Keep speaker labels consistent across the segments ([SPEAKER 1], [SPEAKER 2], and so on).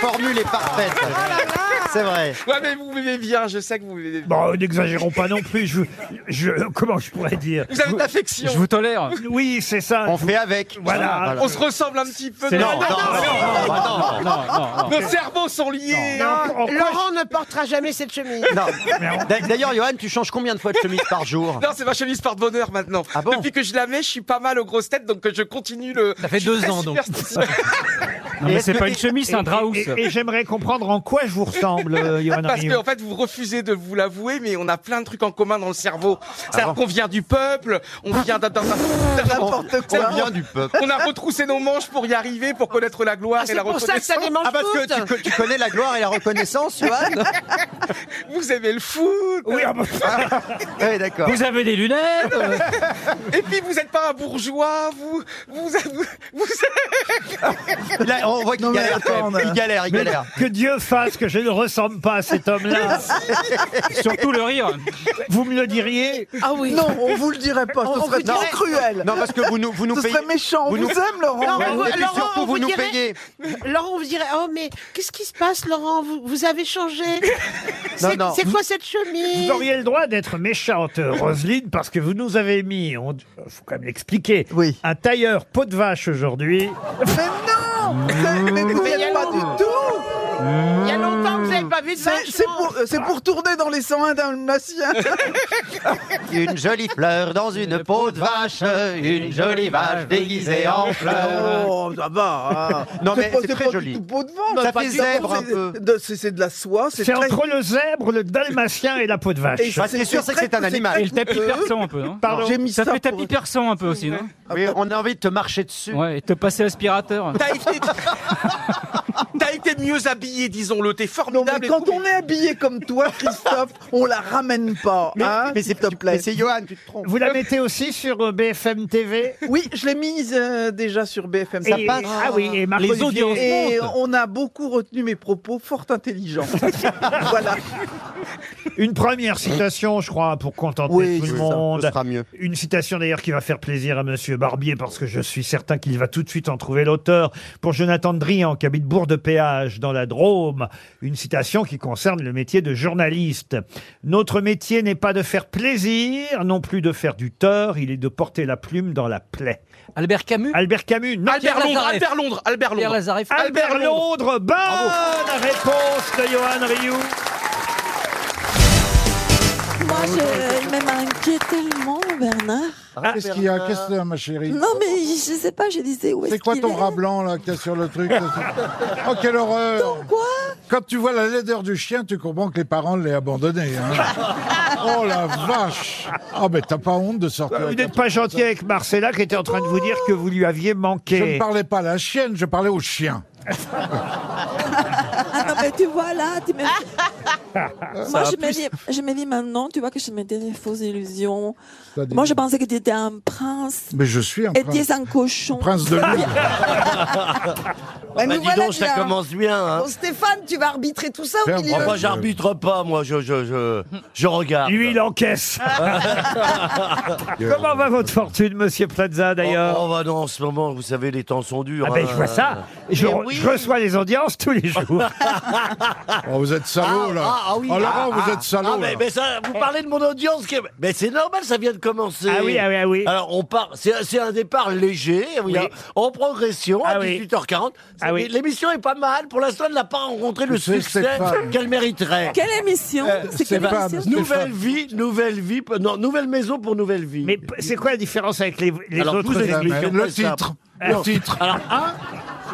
[SPEAKER 1] formule est parfaite. C'est vrai.
[SPEAKER 2] Ouais, mais vous buvez bien, je sais que vous buvez bien.
[SPEAKER 3] Bon, n'exagérons pas non plus. Je, je, comment je pourrais dire
[SPEAKER 2] Vous avez de l'affection.
[SPEAKER 4] Je vous tolère.
[SPEAKER 3] Oui, c'est ça.
[SPEAKER 1] On fait avec.
[SPEAKER 3] Voilà.
[SPEAKER 2] On se ressemble un petit peu.
[SPEAKER 4] C'est-
[SPEAKER 2] Nos-
[SPEAKER 1] Non, non, non, non, non, non.
[SPEAKER 2] Nos cerveaux sont liés.
[SPEAKER 3] Mais en- en quoi
[SPEAKER 5] Laurent ne portera jamais cette chemise.
[SPEAKER 1] Non.
[SPEAKER 3] Mais on-
[SPEAKER 1] D'a- D'ailleurs, Johan, tu changes combien de fois de chemise par jour
[SPEAKER 2] Non, c'est ma chemise par bonheur maintenant.
[SPEAKER 1] Ah bon
[SPEAKER 2] Depuis que je la mets, je suis pas mal aux grosses têtes, donc je continue le.
[SPEAKER 4] Ça fait
[SPEAKER 2] Je suis
[SPEAKER 4] deux
[SPEAKER 2] très
[SPEAKER 4] ans, donc.
[SPEAKER 2] superstitieux.
[SPEAKER 4] Non,
[SPEAKER 1] Et
[SPEAKER 4] mais
[SPEAKER 1] est-ce
[SPEAKER 4] c'est
[SPEAKER 1] que-
[SPEAKER 4] pas une chemise, c'est un Ah, draus.
[SPEAKER 3] Et, et- et j'aimerais comprendre en quoi je vous ressemble, euh, Johan
[SPEAKER 2] Parce
[SPEAKER 3] Rioux.
[SPEAKER 2] que en fait, vous refusez de vous l'avouer, mais on a plein de trucs en commun dans le cerveau. C'est-à-dire qu'on vient du peuple, on vient d'un- d'un- d'un- n'importe quoi.
[SPEAKER 1] Combien du peuple
[SPEAKER 2] On a retroussé nos manches pour y arriver, pour connaître la gloire
[SPEAKER 5] Ah,
[SPEAKER 2] et
[SPEAKER 5] c'est
[SPEAKER 2] la
[SPEAKER 5] pour ça que
[SPEAKER 2] reconnaissance.
[SPEAKER 5] ça démange
[SPEAKER 1] Ah, parce que tu, co- tu connais la gloire et la reconnaissance, Johan
[SPEAKER 2] Vous aimez le foot.
[SPEAKER 3] Oui, ah bon,
[SPEAKER 1] Ah Oui, d'accord.
[SPEAKER 4] Vous avez des lunettes euh,
[SPEAKER 2] Et puis vous n'êtes pas un bourgeois, vous vous vous, vous-
[SPEAKER 1] Là, on voit qu'il galère. quand même. Il galère, il galère.
[SPEAKER 3] que Dieu fasse que je ne ressemble pas à cet homme-là.
[SPEAKER 4] euh, Surtout le rire.
[SPEAKER 3] Vous me le diriez
[SPEAKER 5] Ah oui.
[SPEAKER 6] Non, on vous le dirait pas, ce serait trop cruel.
[SPEAKER 1] Non, parce que vous nous, vous nous
[SPEAKER 6] Ce
[SPEAKER 1] payez.
[SPEAKER 6] serait méchant, on
[SPEAKER 1] vous
[SPEAKER 6] vous,
[SPEAKER 1] nous-
[SPEAKER 6] aime, hein. Laurent.
[SPEAKER 1] Ouais,
[SPEAKER 5] Laurent, vous-
[SPEAKER 1] et puis
[SPEAKER 5] Laurent,
[SPEAKER 1] surtout,
[SPEAKER 5] on
[SPEAKER 1] vous
[SPEAKER 5] vous
[SPEAKER 1] nous
[SPEAKER 5] dirait-
[SPEAKER 1] payez.
[SPEAKER 5] Laurent vous dirait Oh, mais qu'est-ce qui se passe, Laurent vous, vous avez changé. C'est
[SPEAKER 1] non.
[SPEAKER 5] c'est quoi cette chemise
[SPEAKER 3] Vous auriez le droit d'être méchante, euh, Roselyne, parce que vous nous avez mis, on, euh, faut quand même l'expliquer,
[SPEAKER 6] Oui.
[SPEAKER 3] un tailleur peau de vache aujourd'hui.
[SPEAKER 6] Mais non c'est- Mais vous
[SPEAKER 5] Mais
[SPEAKER 6] n'êtes
[SPEAKER 5] alors-
[SPEAKER 6] pas du tout
[SPEAKER 5] Il y a longtemps que vous n'avez pas vu de
[SPEAKER 6] C'est- C'est
[SPEAKER 5] vachement.
[SPEAKER 6] pour, euh, c'est pour tourner dans les 101 dalmatiens.
[SPEAKER 1] Une jolie fleur dans une peau de vache, une jolie vache déguisée en fleur.
[SPEAKER 6] Oh, ça va. hein.
[SPEAKER 1] Non, mais
[SPEAKER 6] pas-
[SPEAKER 1] c'est
[SPEAKER 6] c'est
[SPEAKER 1] très
[SPEAKER 6] pas
[SPEAKER 1] joli.
[SPEAKER 6] du tout beau de ventre.
[SPEAKER 1] Ça
[SPEAKER 6] C'est pas
[SPEAKER 1] fait
[SPEAKER 6] du tout-
[SPEAKER 1] zèbre un
[SPEAKER 6] c'est-
[SPEAKER 1] peu.
[SPEAKER 6] de- C'est c'est de la soie, c'est
[SPEAKER 3] C'est
[SPEAKER 6] très...
[SPEAKER 3] entre le zèbre, le dalmatien et la peau de
[SPEAKER 6] et
[SPEAKER 3] vache.
[SPEAKER 1] Ah, c'est sûr, c'est que
[SPEAKER 6] très-
[SPEAKER 1] c'est un animal.
[SPEAKER 4] Et le tapis
[SPEAKER 6] Euh,
[SPEAKER 4] persan un peu, non
[SPEAKER 3] Pardon.
[SPEAKER 6] J'ai mis
[SPEAKER 4] Ça
[SPEAKER 6] ça
[SPEAKER 4] fait
[SPEAKER 6] pour-
[SPEAKER 4] tapis persan un peu aussi, non
[SPEAKER 1] Oui, on a envie de te marcher dessus.
[SPEAKER 4] Ouais, et te passer aspirateur.
[SPEAKER 2] t'as été t'as été mieux habillé, disons-le. T'es
[SPEAKER 6] Non,
[SPEAKER 2] formidable.
[SPEAKER 6] mais
[SPEAKER 2] et
[SPEAKER 6] quand
[SPEAKER 2] tout.
[SPEAKER 6] on est habillé comme toi, Christophe, on la ramène pas, hein, s'il te plaît.
[SPEAKER 1] Mais c'est Johan, tu te trompes.
[SPEAKER 3] Vous la mettez aussi sur euh, BFM TV
[SPEAKER 6] Oui, je l'ai mise euh, déjà sur BFM. Ça
[SPEAKER 3] Et-
[SPEAKER 6] passe.
[SPEAKER 3] Ah oui, et Marc
[SPEAKER 4] Les
[SPEAKER 3] Olivier-
[SPEAKER 4] audiences.
[SPEAKER 6] Et on a beaucoup retenu mes propos fort intelligents. voilà.
[SPEAKER 3] Une première citation, je crois, pour contenter
[SPEAKER 6] Oui,
[SPEAKER 3] tout le
[SPEAKER 6] c'est ça,
[SPEAKER 3] monde.
[SPEAKER 1] ce sera
[SPEAKER 7] Ah,
[SPEAKER 1] mieux.
[SPEAKER 3] Une citation d'ailleurs qui va faire plaisir à Monsieur Barbier parce que je suis certain qu'il va tout de suite en trouver l'auteur. Pour Jonathan Drian qui habite Bourg-de-Péage dans la Drôme, une citation qui concerne le métier de journaliste. Notre métier n'est pas de faire plaisir, non plus de faire du tort, il est de porter la plume dans la plaie.
[SPEAKER 4] Albert Camus
[SPEAKER 3] Albert Camus, non.
[SPEAKER 2] Albert
[SPEAKER 4] Pierre
[SPEAKER 2] Londres,
[SPEAKER 4] Lazareff.
[SPEAKER 2] Albert Londres, Albert
[SPEAKER 4] Pierre
[SPEAKER 2] Londres.
[SPEAKER 4] Lazareff
[SPEAKER 3] Albert,
[SPEAKER 2] Albert
[SPEAKER 3] Londres, bonne réponse de Johan Rioux.
[SPEAKER 8] Moi, je, il m'inquiète tellement, Bernard.
[SPEAKER 9] Qu'est-ce qu'il y a Qu'est-ce que c'est, ma chérie
[SPEAKER 8] Non, mais je sais pas, je disais où est-ce
[SPEAKER 9] C'est quoi
[SPEAKER 8] qu'il
[SPEAKER 9] ton
[SPEAKER 8] est
[SPEAKER 9] rat blanc là qu'il y a sur le truc là, c'est- Oh quelle horreur
[SPEAKER 8] Quoi
[SPEAKER 9] Quand tu vois la laideur du chien, tu comprends que les parents l'aient abandonné. hein. Oh la vache Oh mais t'as pas honte de
[SPEAKER 7] Ah,
[SPEAKER 9] sortir
[SPEAKER 3] Vous
[SPEAKER 7] Euh,
[SPEAKER 9] avec
[SPEAKER 3] n'êtes pas gentil avec Marcella qui était en train de vous dire que vous lui aviez
[SPEAKER 9] un- Je ne
[SPEAKER 3] manqué.
[SPEAKER 9] parlais pas à la chienne, je parlais au chien.
[SPEAKER 8] Ah non, mais tu vois là, tu me... Moi, je me, dis, je me dis maintenant, tu vois que je mettais des fausses illusions.
[SPEAKER 9] C'est-à-dire
[SPEAKER 8] Moi, je pensais que tu étais un prince.
[SPEAKER 9] Mais je suis un
[SPEAKER 8] Et
[SPEAKER 9] prince,
[SPEAKER 8] tu es un cochon.
[SPEAKER 9] prince de l'île.
[SPEAKER 10] Bah,
[SPEAKER 7] Bah,
[SPEAKER 10] nous
[SPEAKER 7] dis
[SPEAKER 10] voilà
[SPEAKER 7] donc, ça
[SPEAKER 10] bien.
[SPEAKER 7] commence bien. Hein.
[SPEAKER 10] Bon, Stéphane, tu vas arbitrer tout ça
[SPEAKER 9] Ferme
[SPEAKER 10] ou qu'il
[SPEAKER 9] ta
[SPEAKER 10] y
[SPEAKER 7] Oh,
[SPEAKER 10] a-
[SPEAKER 7] moi,
[SPEAKER 9] gueule.
[SPEAKER 7] j'arbitre pas, moi, je, je, je, je regarde.
[SPEAKER 3] Lui, il encaisse. Comment va votre fortune, monsieur Plaza, d'ailleurs
[SPEAKER 7] Oh, oh, bah non, en ce moment, vous savez, les temps sont durs.
[SPEAKER 3] Ah ben,
[SPEAKER 7] hein.
[SPEAKER 3] je vois ça. Je,
[SPEAKER 7] Mais
[SPEAKER 3] re-
[SPEAKER 7] oui.
[SPEAKER 3] je reçois les audiences tous les jours.
[SPEAKER 9] Oh vous êtes salaud là
[SPEAKER 7] Ah, ah, oui.
[SPEAKER 9] Oh
[SPEAKER 7] Ah,
[SPEAKER 9] Laurent, vous
[SPEAKER 7] ah.
[SPEAKER 9] êtes salaud
[SPEAKER 7] Ah, mais,
[SPEAKER 9] là.
[SPEAKER 7] mais ça, vous parlez de mon audience. qui est- Mais c'est normal, ça vient de commencer.
[SPEAKER 3] Ah oui, ah oui, ah oui.
[SPEAKER 7] Alors, on part. C'est c'est un départ léger, oui,
[SPEAKER 3] Oui.
[SPEAKER 7] hein, en progression,
[SPEAKER 3] Ah
[SPEAKER 7] à
[SPEAKER 3] oui.
[SPEAKER 7] 18h40.
[SPEAKER 3] Ah oui.
[SPEAKER 7] L'émission est pas mal. Pour l'instant, elle n'a pas rencontré le
[SPEAKER 9] C'est
[SPEAKER 7] succès
[SPEAKER 9] Stéphane.
[SPEAKER 7] qu'elle mériterait.
[SPEAKER 8] Quelle émission
[SPEAKER 9] Eh,
[SPEAKER 8] C'est quelle
[SPEAKER 9] Stéphane,
[SPEAKER 8] émission
[SPEAKER 7] Nouvelle
[SPEAKER 9] Stéphane.
[SPEAKER 7] vie, nouvelle vie, non, nouvelle maison pour nouvelle vie.
[SPEAKER 3] Mais p- c'est quoi la différence avec les, les
[SPEAKER 7] Alors,
[SPEAKER 3] autres
[SPEAKER 7] vous
[SPEAKER 9] La
[SPEAKER 7] expliquez.
[SPEAKER 3] émissions
[SPEAKER 9] merde. Le titre Le titre
[SPEAKER 7] Alors, un,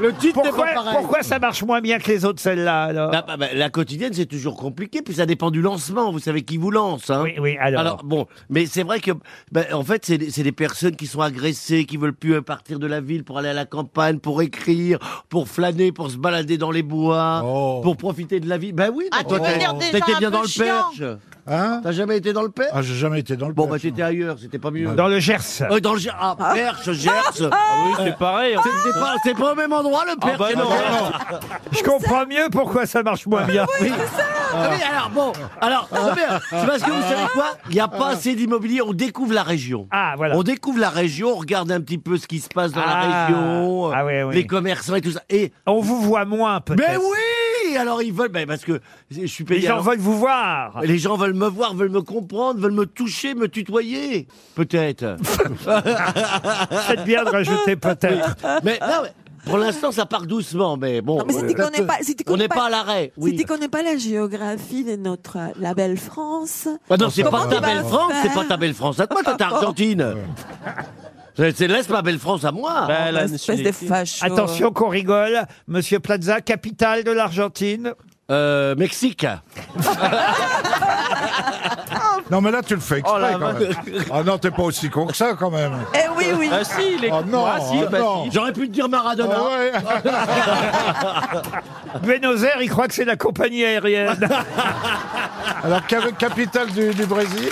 [SPEAKER 7] le titre n'est
[SPEAKER 3] pourquoi,
[SPEAKER 7] pas pareil.
[SPEAKER 3] pourquoi ça marche moins bien que les autres, celles-là, alors
[SPEAKER 7] Bah, bah, bah, la quotidienne, c'est toujours compliqué, puis ça dépend du lancement. Vous savez qui vous lance. hein.
[SPEAKER 3] Oui, oui, alors.
[SPEAKER 7] bon, mais c'est vrai que, bah, en fait, c'est des c'est des personnes qui sont agressées, qui veulent plus euh, partir de la ville pour aller à la campagne, pour écrire, pour flâner, pour se balader dans les bois,
[SPEAKER 9] Oh.
[SPEAKER 7] pour profiter de la vie. Ben oui,
[SPEAKER 10] Ah,
[SPEAKER 7] mais toi,
[SPEAKER 10] tu veux dire des
[SPEAKER 7] t'étais
[SPEAKER 10] gens un
[SPEAKER 7] bien
[SPEAKER 10] peu
[SPEAKER 7] dans le
[SPEAKER 10] chiants.
[SPEAKER 7] Perche.
[SPEAKER 9] Hein
[SPEAKER 7] T'as jamais été dans le Perche
[SPEAKER 9] Ah j'ai jamais été dans le
[SPEAKER 7] Bon, bah
[SPEAKER 9] Perche.
[SPEAKER 7] t'étais ailleurs, c'était pas mieux.
[SPEAKER 3] Dans le Gers.
[SPEAKER 7] Euh, dans le Ger- ah, Perche, Gers.
[SPEAKER 10] ah,
[SPEAKER 4] Oui, c'est pareil. hein.
[SPEAKER 7] C'est pas, c'est pas au même endroit le
[SPEAKER 3] Ah,
[SPEAKER 7] Perche.
[SPEAKER 4] bah
[SPEAKER 7] et le
[SPEAKER 4] non.
[SPEAKER 7] Gers.
[SPEAKER 3] Je comprends mieux pourquoi ça marche moins bien.
[SPEAKER 7] Ah oui, alors bon, alors,
[SPEAKER 10] Ah.
[SPEAKER 7] très bien. C'est parce que vous savez quoi Il n'y a pas assez d'immobilier, on découvre la région.
[SPEAKER 3] Ah, voilà.
[SPEAKER 7] On découvre la région, on regarde un petit peu ce qui se passe dans
[SPEAKER 3] Ah.
[SPEAKER 7] la région,
[SPEAKER 3] Ah ouais, ouais.
[SPEAKER 7] les commerçants et tout ça. Et,
[SPEAKER 3] On vous voit moins, peut-être.
[SPEAKER 7] mais oui oui, alors ils veulent, ben, parce que je suis payé.
[SPEAKER 3] Les gens
[SPEAKER 7] alors-
[SPEAKER 3] veulent vous voir.
[SPEAKER 7] Ah. Les gens veulent me voir, veulent me comprendre, veulent me toucher, me tutoyer. Peut-être.
[SPEAKER 3] Faites bien de rajouter peut-être.
[SPEAKER 7] Mais, non, mais pour l'instant, ça part doucement, mais bon. euh,
[SPEAKER 8] Non, mais si tu connais pas, si tu
[SPEAKER 7] on
[SPEAKER 8] connais
[SPEAKER 7] n'est pas, à l'arrêt. Oui.
[SPEAKER 8] Si tu connais pas la géographie de notre euh, la belle France.
[SPEAKER 7] Ah non, c'est
[SPEAKER 8] comment
[SPEAKER 7] pas
[SPEAKER 8] tu
[SPEAKER 7] ta
[SPEAKER 8] vas
[SPEAKER 7] belle France, c'est
[SPEAKER 8] faire
[SPEAKER 7] pas ta belle France à toi, toi, t'es Argentine. C'est c'est- laisse ma belle France à moi.
[SPEAKER 4] Ben.
[SPEAKER 8] Bah, la Espèce de facho.
[SPEAKER 3] Attention qu'on rigole. Monsieur Plaza, capitale de l'Argentine.
[SPEAKER 7] Euh, Mexique.
[SPEAKER 9] Non, mais là, tu le fais
[SPEAKER 7] bah, Oh,
[SPEAKER 9] exprès
[SPEAKER 7] la
[SPEAKER 9] quand même.
[SPEAKER 7] vache.
[SPEAKER 9] Ah non, t'es pas aussi con que ça quand même.
[SPEAKER 8] Eh oui, oui.
[SPEAKER 9] Ah si, il est Oh con. non, Ah si, oh bah non. si.
[SPEAKER 7] J'aurais pu te dire Maradona.
[SPEAKER 3] Ah
[SPEAKER 9] Ah,
[SPEAKER 3] Buenos Aires, il croit que c'est la compagnie aérienne.
[SPEAKER 9] Alors, cap- capitale du, du Brésil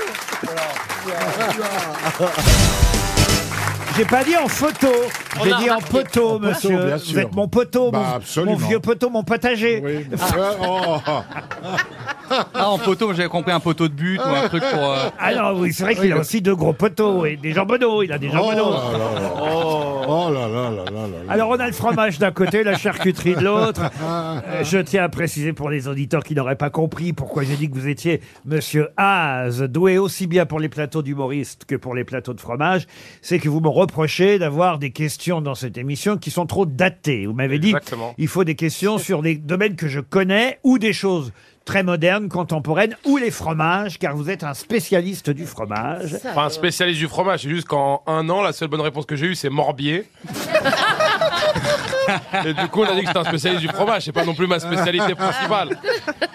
[SPEAKER 3] J'ai pas dit en photo,
[SPEAKER 9] On
[SPEAKER 3] j'ai
[SPEAKER 9] a
[SPEAKER 3] dit en
[SPEAKER 9] remarqué. En
[SPEAKER 3] poteau,
[SPEAKER 9] poteau,
[SPEAKER 3] monsieur.
[SPEAKER 9] bien
[SPEAKER 3] Vous
[SPEAKER 9] sûr.
[SPEAKER 3] êtes mon poteau,
[SPEAKER 9] Bah,
[SPEAKER 3] mon- mon,
[SPEAKER 9] absolument.
[SPEAKER 3] vieux poteau, mon potager.
[SPEAKER 9] Ouais, oh, oh.
[SPEAKER 4] Ah, en poteau, j'avais compris un poteau de but ou un truc pour. euh,
[SPEAKER 3] Ah non, oui, c'est vrai qu'il a aussi deux gros poteaux et des jambonneaux, il a des
[SPEAKER 9] Oh là
[SPEAKER 3] jambonneaux.
[SPEAKER 9] là là. Oh là là là là là là.
[SPEAKER 3] Alors on a le fromage d'un côté, la charcuterie de l'autre. Euh, Je tiens à préciser pour les auditeurs qui n'auraient pas compris pourquoi j'ai dit que vous étiez Monsieur Haas, doué aussi bien pour les plateaux d'humoristes que pour les plateaux de fromage, c'est que vous me reprochez d'avoir des questions dans cette émission qui sont trop datées. Vous m'avez dit,
[SPEAKER 2] Exactement.
[SPEAKER 3] il faut des questions sur des domaines que je connais ou des choses très modernes, contemporaines, ou les fromages, car vous êtes un spécialiste du fromage.
[SPEAKER 11] Enfin, un spécialiste du fromage, c'est juste qu'en un an, la seule bonne réponse que j'ai eue, c'est Morbier. Et du coup, on a dit que c'était un spécialiste du fromage, c'est pas non plus ma spécialité principale.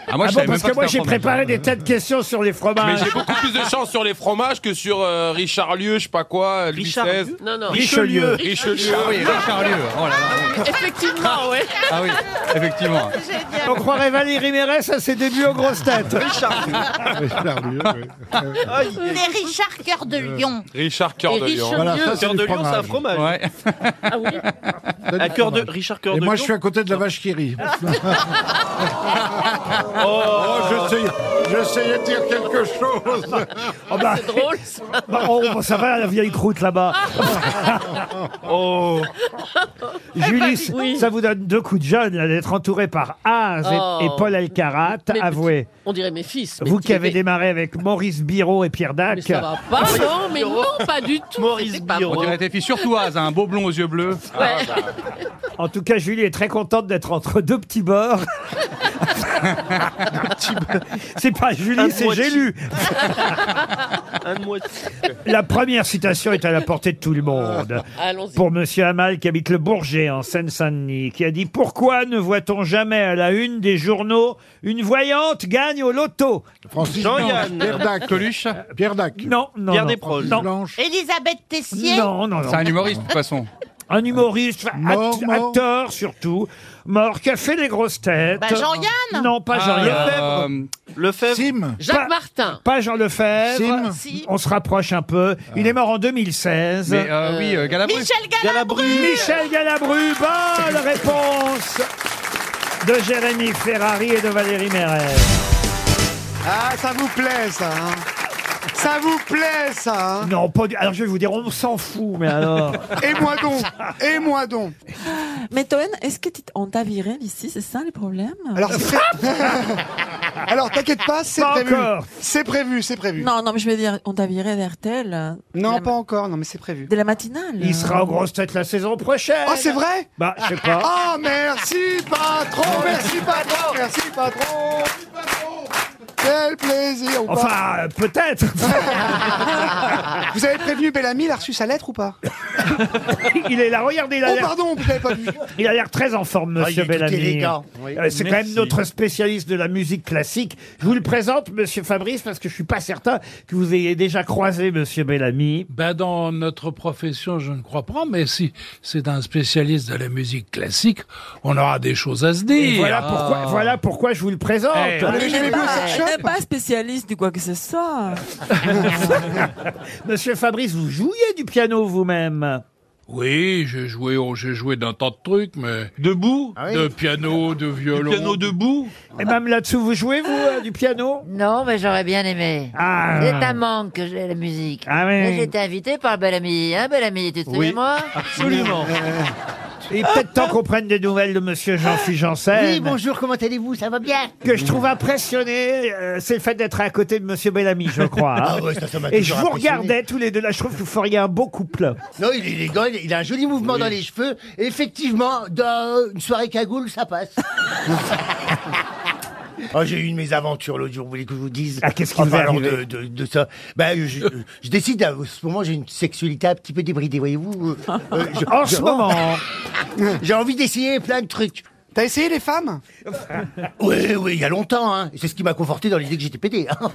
[SPEAKER 4] Ah, moi,
[SPEAKER 3] Ah
[SPEAKER 4] je
[SPEAKER 3] bon,
[SPEAKER 4] savais même
[SPEAKER 3] parce
[SPEAKER 4] pas
[SPEAKER 3] que moi
[SPEAKER 4] c'était
[SPEAKER 3] j'ai
[SPEAKER 4] un fromage.
[SPEAKER 3] préparé des tas de questions sur les
[SPEAKER 11] Mais
[SPEAKER 3] fromages.
[SPEAKER 11] j'ai beaucoup plus de chance sur les fromages que sur euh, Richard-Lieu, je sais pas quoi, Louis
[SPEAKER 2] Richard-
[SPEAKER 11] XVI.
[SPEAKER 2] Non, non.
[SPEAKER 11] Richelieu. Richelieu.
[SPEAKER 4] Ah oui, Richard-Lieu. Oh là là.
[SPEAKER 2] Effectivement, ouais.
[SPEAKER 4] Ah oui, effectivement.
[SPEAKER 3] On croirait Valérie Mérès à ses débuts aux grosses têtes.
[SPEAKER 9] Ah,
[SPEAKER 12] Les Richard Cœur de Lion.
[SPEAKER 11] Euh, Richard Cœur
[SPEAKER 12] Et
[SPEAKER 11] de Lion.
[SPEAKER 12] Richelieu. Voilà, ça,
[SPEAKER 9] c'est Cœur du de lion, fromage. c'est un fromage.
[SPEAKER 11] Ouais.
[SPEAKER 5] Ah
[SPEAKER 9] Un cœur de Ah. Richard cœur Et moi, je suis à côté de la vache qui rit. oh, j'essayais, j'essayais de dire quelque chose.
[SPEAKER 3] Oh bah, bah, oh, bah, ça va, la vieille croûte là-bas. oh. Julie,
[SPEAKER 13] Eh ben, oui.
[SPEAKER 3] ça vous donne deux coups de jeune là, d'être entouré par Az et,
[SPEAKER 13] Oh.
[SPEAKER 3] et Paul Alcarat.
[SPEAKER 13] Mais-
[SPEAKER 3] Avouez,
[SPEAKER 13] On dirait mes fils. mes
[SPEAKER 3] vous
[SPEAKER 13] petits
[SPEAKER 3] qui avez
[SPEAKER 13] bébés.
[SPEAKER 3] démarré avec Maurice Biro et Pierre Dac.
[SPEAKER 13] Ça va pas, non, mais non, pas du tout. Maurice
[SPEAKER 4] On dirait tes filles, surtout Az, un beau blond aux yeux bleus.
[SPEAKER 3] En tout cas, Julie est très contente d'être entre deux petits bords. c'est pas Julie, c'est Gélu. La première citation est à la portée de tout le monde.
[SPEAKER 13] Allons-y.
[SPEAKER 3] Pour Monsieur Hamal qui habite le Bourget en Seine-Saint-Denis, qui a dit Pourquoi ne voit-on jamais à la une des journaux une voyante gagne au loto
[SPEAKER 9] Francis Jean-Yann. Blanche, Pierre Dac.
[SPEAKER 4] Coluche.
[SPEAKER 9] Pierre Dac.
[SPEAKER 3] Non, non.
[SPEAKER 4] Pierre
[SPEAKER 3] non,
[SPEAKER 4] Desproges.
[SPEAKER 3] non.
[SPEAKER 12] Elisabeth Tessier.
[SPEAKER 3] Non, non, non.
[SPEAKER 4] C'est un humoriste, de toute façon.
[SPEAKER 3] Un humoriste, enfin, act-
[SPEAKER 4] Mort, mort.
[SPEAKER 3] acteur surtout, mort, qui a fait les grosses têtes.
[SPEAKER 12] Bah, Jean-Yann.
[SPEAKER 3] Non, pas
[SPEAKER 4] Ah,
[SPEAKER 3] Jean-Yann.
[SPEAKER 4] euh,
[SPEAKER 3] Lefebvre.
[SPEAKER 13] Jacques Martin.
[SPEAKER 3] Pas Jean Lefebvre.
[SPEAKER 13] Sim. Si.
[SPEAKER 3] On se rapproche un peu. Il est mort en
[SPEAKER 4] Ah.
[SPEAKER 3] 2016.
[SPEAKER 4] Mais,
[SPEAKER 7] Hein,
[SPEAKER 4] euh, oui, euh, Galabru.
[SPEAKER 12] Michel
[SPEAKER 4] Galabru.
[SPEAKER 3] Michel Galabru. Bonne réponse de Jérémy Ferrari et de Valérie Mérez.
[SPEAKER 14] Ah, ça vous plaît, ça hein Ça vous plaît, ça hein
[SPEAKER 3] Non, pas du... Alors je vais vous dire, on s'en fout, mais alors.
[SPEAKER 14] Et moi donc Et moi donc
[SPEAKER 8] Mais Toen, est-ce que tu- on t'a viré d'ici C'est ça le problème
[SPEAKER 14] Alors, c'est pré- Alors, t'inquiète pas, c'est
[SPEAKER 8] Pas
[SPEAKER 14] prévu.
[SPEAKER 8] encore.
[SPEAKER 14] C'est prévu, c'est prévu.
[SPEAKER 8] Non, non, mais je veux dire, on t'a viré d'RTL.
[SPEAKER 14] Non, pas encore, non, mais c'est prévu.
[SPEAKER 8] De la matinale.
[SPEAKER 3] Il sera en grosse tête la saison prochaine.
[SPEAKER 14] Oh, c'est vrai
[SPEAKER 3] Bah, je sais pas.
[SPEAKER 14] Ah, merci, patron Merci, patron Merci, patron Quel plaisir ou pas
[SPEAKER 3] Enfin, euh, peut-être.
[SPEAKER 14] Vous avez prévenu Bellamy, il a reçu sa lettre ou pas
[SPEAKER 3] il est là, regardez, il a
[SPEAKER 14] Oh,
[SPEAKER 3] l'air-
[SPEAKER 14] pardon, vous l'avez pas vu
[SPEAKER 3] Il a l'air très en forme,
[SPEAKER 14] Ah, il
[SPEAKER 3] monsieur
[SPEAKER 14] est tout
[SPEAKER 3] Bellamy.
[SPEAKER 14] élégant. Oui.
[SPEAKER 3] Euh, C'est quand
[SPEAKER 14] Merci.
[SPEAKER 3] même notre spécialiste de la musique classique. Je vous le présente, monsieur Fabrice, parce que je suis pas certain que vous ayez déjà croisé monsieur Bellamy.
[SPEAKER 15] Ben, dans notre profession, je ne crois pas, mais si c'est un spécialiste de la musique classique, on aura des choses à se dire.
[SPEAKER 3] Et voilà pourquoi, voilà pourquoi je vous le présente.
[SPEAKER 15] Eh,
[SPEAKER 8] Il n'est pas, il n'est pas spécialiste de quoi que ce soit.
[SPEAKER 3] Monsieur Fabrice, vous jouiez du piano vous-même.
[SPEAKER 15] Oui, j'ai joué, oh, j'ai joué d'un tas de trucs, mais debout,
[SPEAKER 3] Ah
[SPEAKER 15] de piano, de violon,
[SPEAKER 3] piano
[SPEAKER 15] debout.
[SPEAKER 3] Et même Eh ben, là-dessous, vous jouez, vous, euh, du piano
[SPEAKER 16] Non, mais j'aurais bien aimé.
[SPEAKER 3] Ah.
[SPEAKER 16] C'est un manque que j'ai la musique.
[SPEAKER 3] Ah oui. Ah,
[SPEAKER 16] Mais J'ai été invité par Bellamy, hein Bellamy, tu te souviens de moi
[SPEAKER 3] Absolument. Il est peut-être temps qu'on prenne des nouvelles de Monsieur Jean-Philippe Janssen.
[SPEAKER 7] Ah, Oui, bonjour, comment allez-vous Ça va bien
[SPEAKER 3] Que je trouve impressionné, euh, c'est le fait d'être à côté de Monsieur Bellamy, je crois. hein.
[SPEAKER 7] Ah ouais, ça, ça m'a
[SPEAKER 3] Et je
[SPEAKER 7] toujours
[SPEAKER 3] vous
[SPEAKER 7] impressionné.
[SPEAKER 3] regardais tous les deux là, je trouve que vous feriez un beau couple.
[SPEAKER 7] Non, il est élégant, il il a un joli mouvement dans les cheveux. Et effectivement, dans une soirée cagoule, ça passe. Oh, j'ai eu une mésaventures l'autre jour, vous voulez que je vous dise
[SPEAKER 3] Ah, qu'est-ce qui vous est
[SPEAKER 7] parlant de,
[SPEAKER 3] arrivé
[SPEAKER 7] de- de ça Ben, je, je- je décide, à ce moment, j'ai une sexualité un petit peu débridée, voyez-vous. Euh, euh, je-
[SPEAKER 3] En ce
[SPEAKER 7] je-
[SPEAKER 3] moment.
[SPEAKER 7] J'ai envie d'essayer plein de trucs. T'as essayé les femmes Oui, oui, il y a longtemps. Hein. C'est ce qui m'a conforté dans l'idée que j'étais pédé. hein.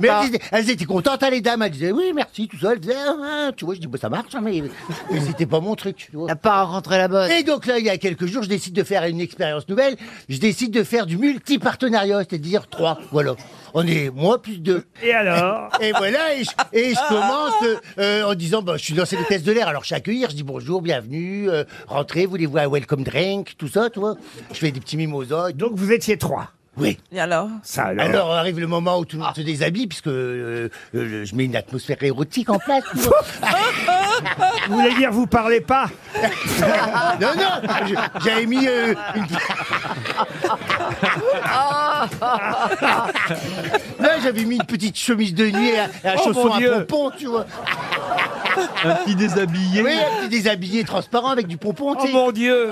[SPEAKER 7] mais elles, étaient- elles étaient contentes, hein, les dames. Elles disaient oui, merci, tout ça. Elles disaient, ah, ah. tu vois, je dis, bah, ça marche, hein, mais, mais c'était pas mon truc. T'as pas rencontré la bonne. Et donc là, il y a quelques jours, je décide de faire une expérience nouvelle. Je décide de faire du multipartenariat, c'est-à-dire trois. Voilà. On est moi plus deux.
[SPEAKER 3] Et alors
[SPEAKER 7] Et voilà, et je, et je commence euh, euh, en disant, bah, je suis lancé les tests de l'air, alors je suis accueillir, je dis bonjour, bienvenue, euh, rentrez, voulez-vous un welcome drink, tout ça, tu vois. Je fais des petits mimosas.
[SPEAKER 3] Donc vous étiez trois
[SPEAKER 7] Oui.
[SPEAKER 8] Et alors
[SPEAKER 3] Ça
[SPEAKER 7] Alors, arrive le moment où tout le monde se déshabille, puisque euh, euh, je mets une atmosphère érotique en place. tu vois.
[SPEAKER 3] Vous voulez dire vous parlez pas
[SPEAKER 9] Ah.
[SPEAKER 7] non, non, je- j'avais mis euh, une... Là, j'avais mis une petite chemise de nuit et un, et un
[SPEAKER 9] Oh,
[SPEAKER 7] chausson
[SPEAKER 9] mon
[SPEAKER 7] à
[SPEAKER 9] Dieu.
[SPEAKER 7] pompon, tu vois.
[SPEAKER 9] Un petit déshabillé.
[SPEAKER 7] Oui, un petit déshabillé transparent avec du pompon.
[SPEAKER 9] Oh, mon
[SPEAKER 3] Dieu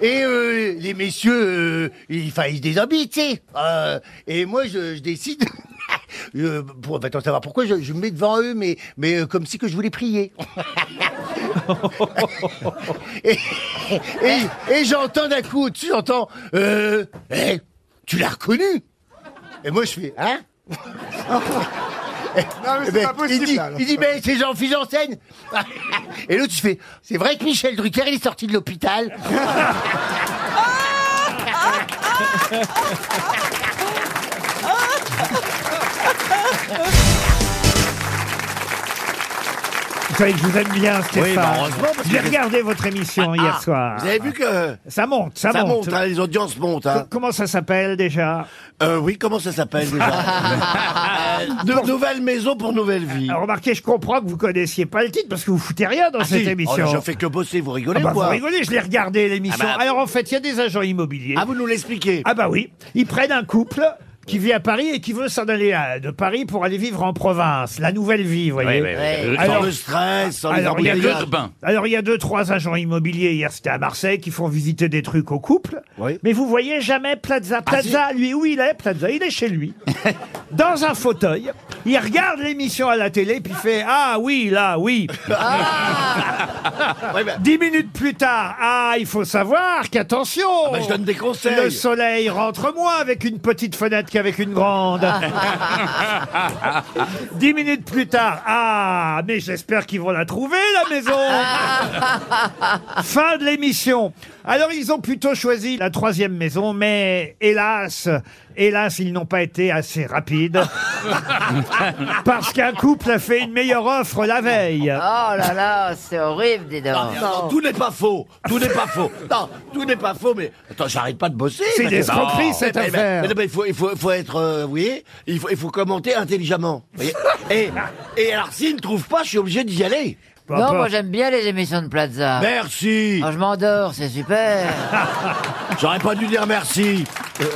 [SPEAKER 7] Et euh, les messieurs, euh, ils, enfin, ils se déshabillent, tu sais. Euh, et moi, je, je décide. euh, pour, attends, savoir pourquoi je, je me mets devant eux, mais, mais euh, comme si que je voulais prier. et et- et j'entends d'un coup au-dessus, j'entends euh, Hey, Tu l'as reconnu Et moi, je fais Hein
[SPEAKER 9] Non,
[SPEAKER 17] Ah,
[SPEAKER 9] mais c'est
[SPEAKER 7] ben,
[SPEAKER 9] pas possible,
[SPEAKER 7] Il dit,
[SPEAKER 9] là, là.
[SPEAKER 7] il dit, mais c'est Jean-Philippe Janssen. Et l'autre, tu fais, c'est vrai que Michel Drucker, il est sorti de l'hôpital.
[SPEAKER 3] Vous savez que je vous aime bien, Stéphane.
[SPEAKER 17] bah, heureusement, parce
[SPEAKER 3] J'ai
[SPEAKER 17] que-
[SPEAKER 3] regardé votre émission
[SPEAKER 17] Ah,
[SPEAKER 3] hier
[SPEAKER 17] ah,
[SPEAKER 3] soir.
[SPEAKER 17] vous avez vu que-
[SPEAKER 3] Ça monte, ça,
[SPEAKER 17] Ça
[SPEAKER 3] monte.
[SPEAKER 17] monte, hein, les audiences montent. hein.
[SPEAKER 3] Co- Comment ça s'appelle déjà
[SPEAKER 17] Euh, oui, comment ça s'appelle déjà Euh, De nouvelles maisons pour nouvelle vie.
[SPEAKER 3] Alors, Remarquez, je comprends que vous connaissiez pas le titre parce que vous foutez rien dans
[SPEAKER 17] Ah,
[SPEAKER 3] cette
[SPEAKER 17] si.
[SPEAKER 3] émission.
[SPEAKER 17] Oh, je fais que bosser, vous rigolez
[SPEAKER 3] Ah bah,
[SPEAKER 17] ou quoi
[SPEAKER 3] vous rigolez, je l'ai regardé l'émission.
[SPEAKER 17] Ah bah-
[SPEAKER 3] Alors en fait, il y a des agents immobiliers.
[SPEAKER 17] Ah, vous nous l'expliquez
[SPEAKER 3] Ah bah oui, ils prennent un couple qui vit à Paris et qui veut s'en aller à- de Paris pour aller vivre en province, la nouvelle vie, vous voyez.
[SPEAKER 17] Oui, oui, oui. Sans le stress, sans les
[SPEAKER 3] alors, il y a
[SPEAKER 17] embouteillages.
[SPEAKER 3] deux-
[SPEAKER 17] Urbain.
[SPEAKER 3] alors il y a deux, trois agents immobiliers, hier c'était à Marseille, qui font visiter des trucs au couple. Mais vous voyez jamais Plaza. Plaza, lui, où il est Plaza, il est chez lui, dans un fauteuil. Il regarde l'émission à la télé, puis il fait « Ah oui, là, oui Dix minutes plus tard, ah, il faut savoir qu'attention
[SPEAKER 17] bah, je donne des conseils.
[SPEAKER 3] Le soleil rentre moins avec une petite fenêtre qu'avec une grande. Dix minutes plus tard, ah, mais j'espère qu'ils vont la trouver, la maison Fin de l'émission Alors, ils ont plutôt choisi la troisième maison, mais hélas, hélas, ils n'ont pas été assez rapides, parce qu'un couple a fait une meilleure offre la veille.
[SPEAKER 18] Oh là là, c'est horrible, dis donc.
[SPEAKER 17] Ah, non, tout n'est pas faux, tout n'est pas faux. Non, tout n'est pas faux, mais attends, j'arrête pas de bosser.
[SPEAKER 3] C'est
[SPEAKER 17] mais-
[SPEAKER 3] des escroqueries,
[SPEAKER 17] Non.
[SPEAKER 3] cette
[SPEAKER 17] Mais- mais-
[SPEAKER 3] affaire.
[SPEAKER 17] mais non, mais il faut, il faut, il faut être, euh, vous voyez, il faut, il faut commenter intelligemment. vous voyez. et, et alors, s'il ne trouve pas, je suis obligé d'y aller.
[SPEAKER 18] Non, moi j'aime bien les émissions de Plaza.
[SPEAKER 3] Ah.
[SPEAKER 17] Merci.
[SPEAKER 18] Quand je m'endors, c'est super.
[SPEAKER 17] J'aurais pas dû dire merci.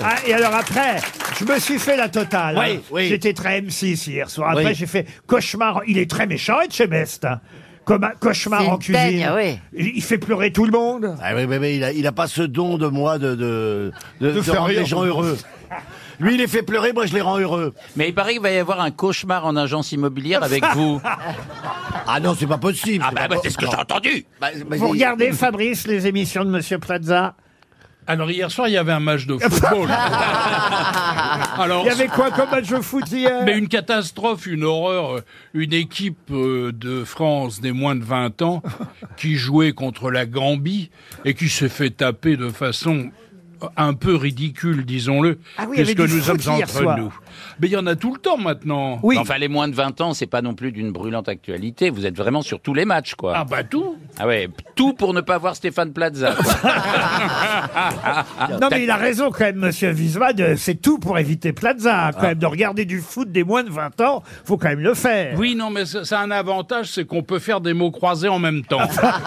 [SPEAKER 3] Ah, et alors après, je me suis fait la totale.
[SPEAKER 17] Oui,
[SPEAKER 3] hein.
[SPEAKER 17] oui.
[SPEAKER 3] J'étais très M6 hier soir. Après,
[SPEAKER 17] Oui.
[SPEAKER 3] j'ai fait cauchemar. Il est très méchant, et chez Best. hein. Comme un cauchemar
[SPEAKER 17] C'est
[SPEAKER 3] en
[SPEAKER 17] une teigne,
[SPEAKER 3] cuisine.
[SPEAKER 17] oui.
[SPEAKER 3] Il il fait pleurer tout le monde.
[SPEAKER 17] Ah oui, mais, mais il, a, il a pas ce don de moi de, de, de, de
[SPEAKER 4] faire
[SPEAKER 17] rendre
[SPEAKER 4] rire.
[SPEAKER 17] les gens heureux. Lui, il les fait pleurer, moi je les rends heureux.
[SPEAKER 4] Mais il paraît qu'il va y avoir un cauchemar en agence immobilière avec vous.
[SPEAKER 17] Ah non, c'est pas possible. Bah,
[SPEAKER 4] Ah bah, bah, c'est ce que j'ai entendu.
[SPEAKER 3] Vous regardez, Fabrice, les émissions de Monsieur Plaza
[SPEAKER 15] Alors hier soir, il y avait un match de football.
[SPEAKER 18] Ah.
[SPEAKER 15] Alors,
[SPEAKER 3] Il y avait quoi comme match de foot hier
[SPEAKER 15] Mais une catastrophe, une horreur, euh, une équipe euh, de France des moins de 20 ans qui jouait contre la Gambie et qui s'est fait taper de façon un peu ridicule, disons-le,
[SPEAKER 4] Ah oui, il y avait
[SPEAKER 15] puisque
[SPEAKER 4] du
[SPEAKER 15] nous
[SPEAKER 4] foot
[SPEAKER 15] sommes
[SPEAKER 4] hier
[SPEAKER 15] entre
[SPEAKER 4] soir.
[SPEAKER 15] nous. Mais il y en a tout le temps maintenant.
[SPEAKER 4] Enfin, les moins de 20 ans, c'est pas non plus d'une brûlante actualité. Vous êtes vraiment sur tous les matchs, quoi.
[SPEAKER 15] Ah bah tout.
[SPEAKER 4] Ah ouais, tout pour ne pas voir Stéphane Plaza. quoi.
[SPEAKER 3] Non mais il a raison quand même, Monsieur Wiesmann, euh, c'est tout pour éviter Plaza, hein,
[SPEAKER 4] Ah.
[SPEAKER 3] quand même, de regarder du foot des moins de 20 ans, faut quand même le faire.
[SPEAKER 15] Oui, non, mais ça ça a un avantage, c'est qu'on peut faire des mots croisés en même temps.
[SPEAKER 18] Ah.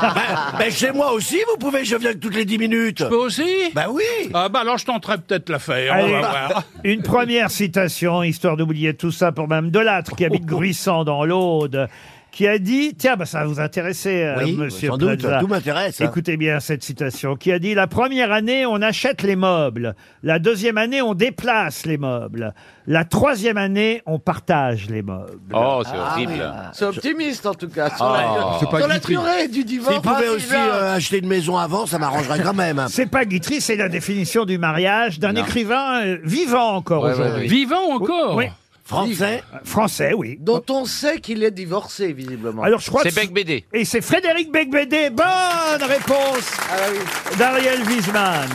[SPEAKER 17] bah,
[SPEAKER 7] Ben chez moi aussi, vous pouvez, je viens toutes les 10 minutes.
[SPEAKER 15] Toi aussi
[SPEAKER 7] Bah oui
[SPEAKER 15] Ah bah alors je tenterai peut-être l'affaire, on
[SPEAKER 3] Allez,
[SPEAKER 15] va voir.
[SPEAKER 3] une première citation, histoire d'oublier tout ça pour Mme Delattre, qui habite Gruissant dans l'Aude, qui a dit, tiens, bah, ça va vous intéresser, euh,
[SPEAKER 7] Oui,
[SPEAKER 3] monsieur
[SPEAKER 7] sans doute,
[SPEAKER 3] Plaza.
[SPEAKER 7] tout m'intéresse, hein.
[SPEAKER 3] Écoutez bien cette citation, qui a dit, la première année, on achète les meubles. La deuxième année, on déplace les meubles. La troisième année, on partage les meubles.
[SPEAKER 4] Oh, c'est horrible.
[SPEAKER 6] C'est optimiste en tout cas. Sur
[SPEAKER 4] Ah,
[SPEAKER 6] la,
[SPEAKER 4] c'est pas
[SPEAKER 6] sur la
[SPEAKER 4] Guitry.
[SPEAKER 6] durée du
[SPEAKER 4] Bah,
[SPEAKER 6] divorce.
[SPEAKER 7] S'ils pouvaient
[SPEAKER 6] Ah,
[SPEAKER 7] aussi
[SPEAKER 6] celui-là.
[SPEAKER 7] euh, acheter une maison avant, ça m'arrangerait quand même.
[SPEAKER 3] C'est pas Guitry, c'est la définition du mariage d'un écrivain euh, vivant encore
[SPEAKER 7] Ouais, ouais,
[SPEAKER 3] aujourd'hui.
[SPEAKER 7] ouais.
[SPEAKER 15] Vivant
[SPEAKER 3] encore Oui.
[SPEAKER 7] Français
[SPEAKER 3] Euh, Français, oui.
[SPEAKER 6] Dont on sait qu'il est divorcé, visiblement.
[SPEAKER 3] Alors, je crois que-
[SPEAKER 6] BD.
[SPEAKER 3] Et c'est Frédéric Becbédé. Bonne réponse d'Ariel Wiesmann.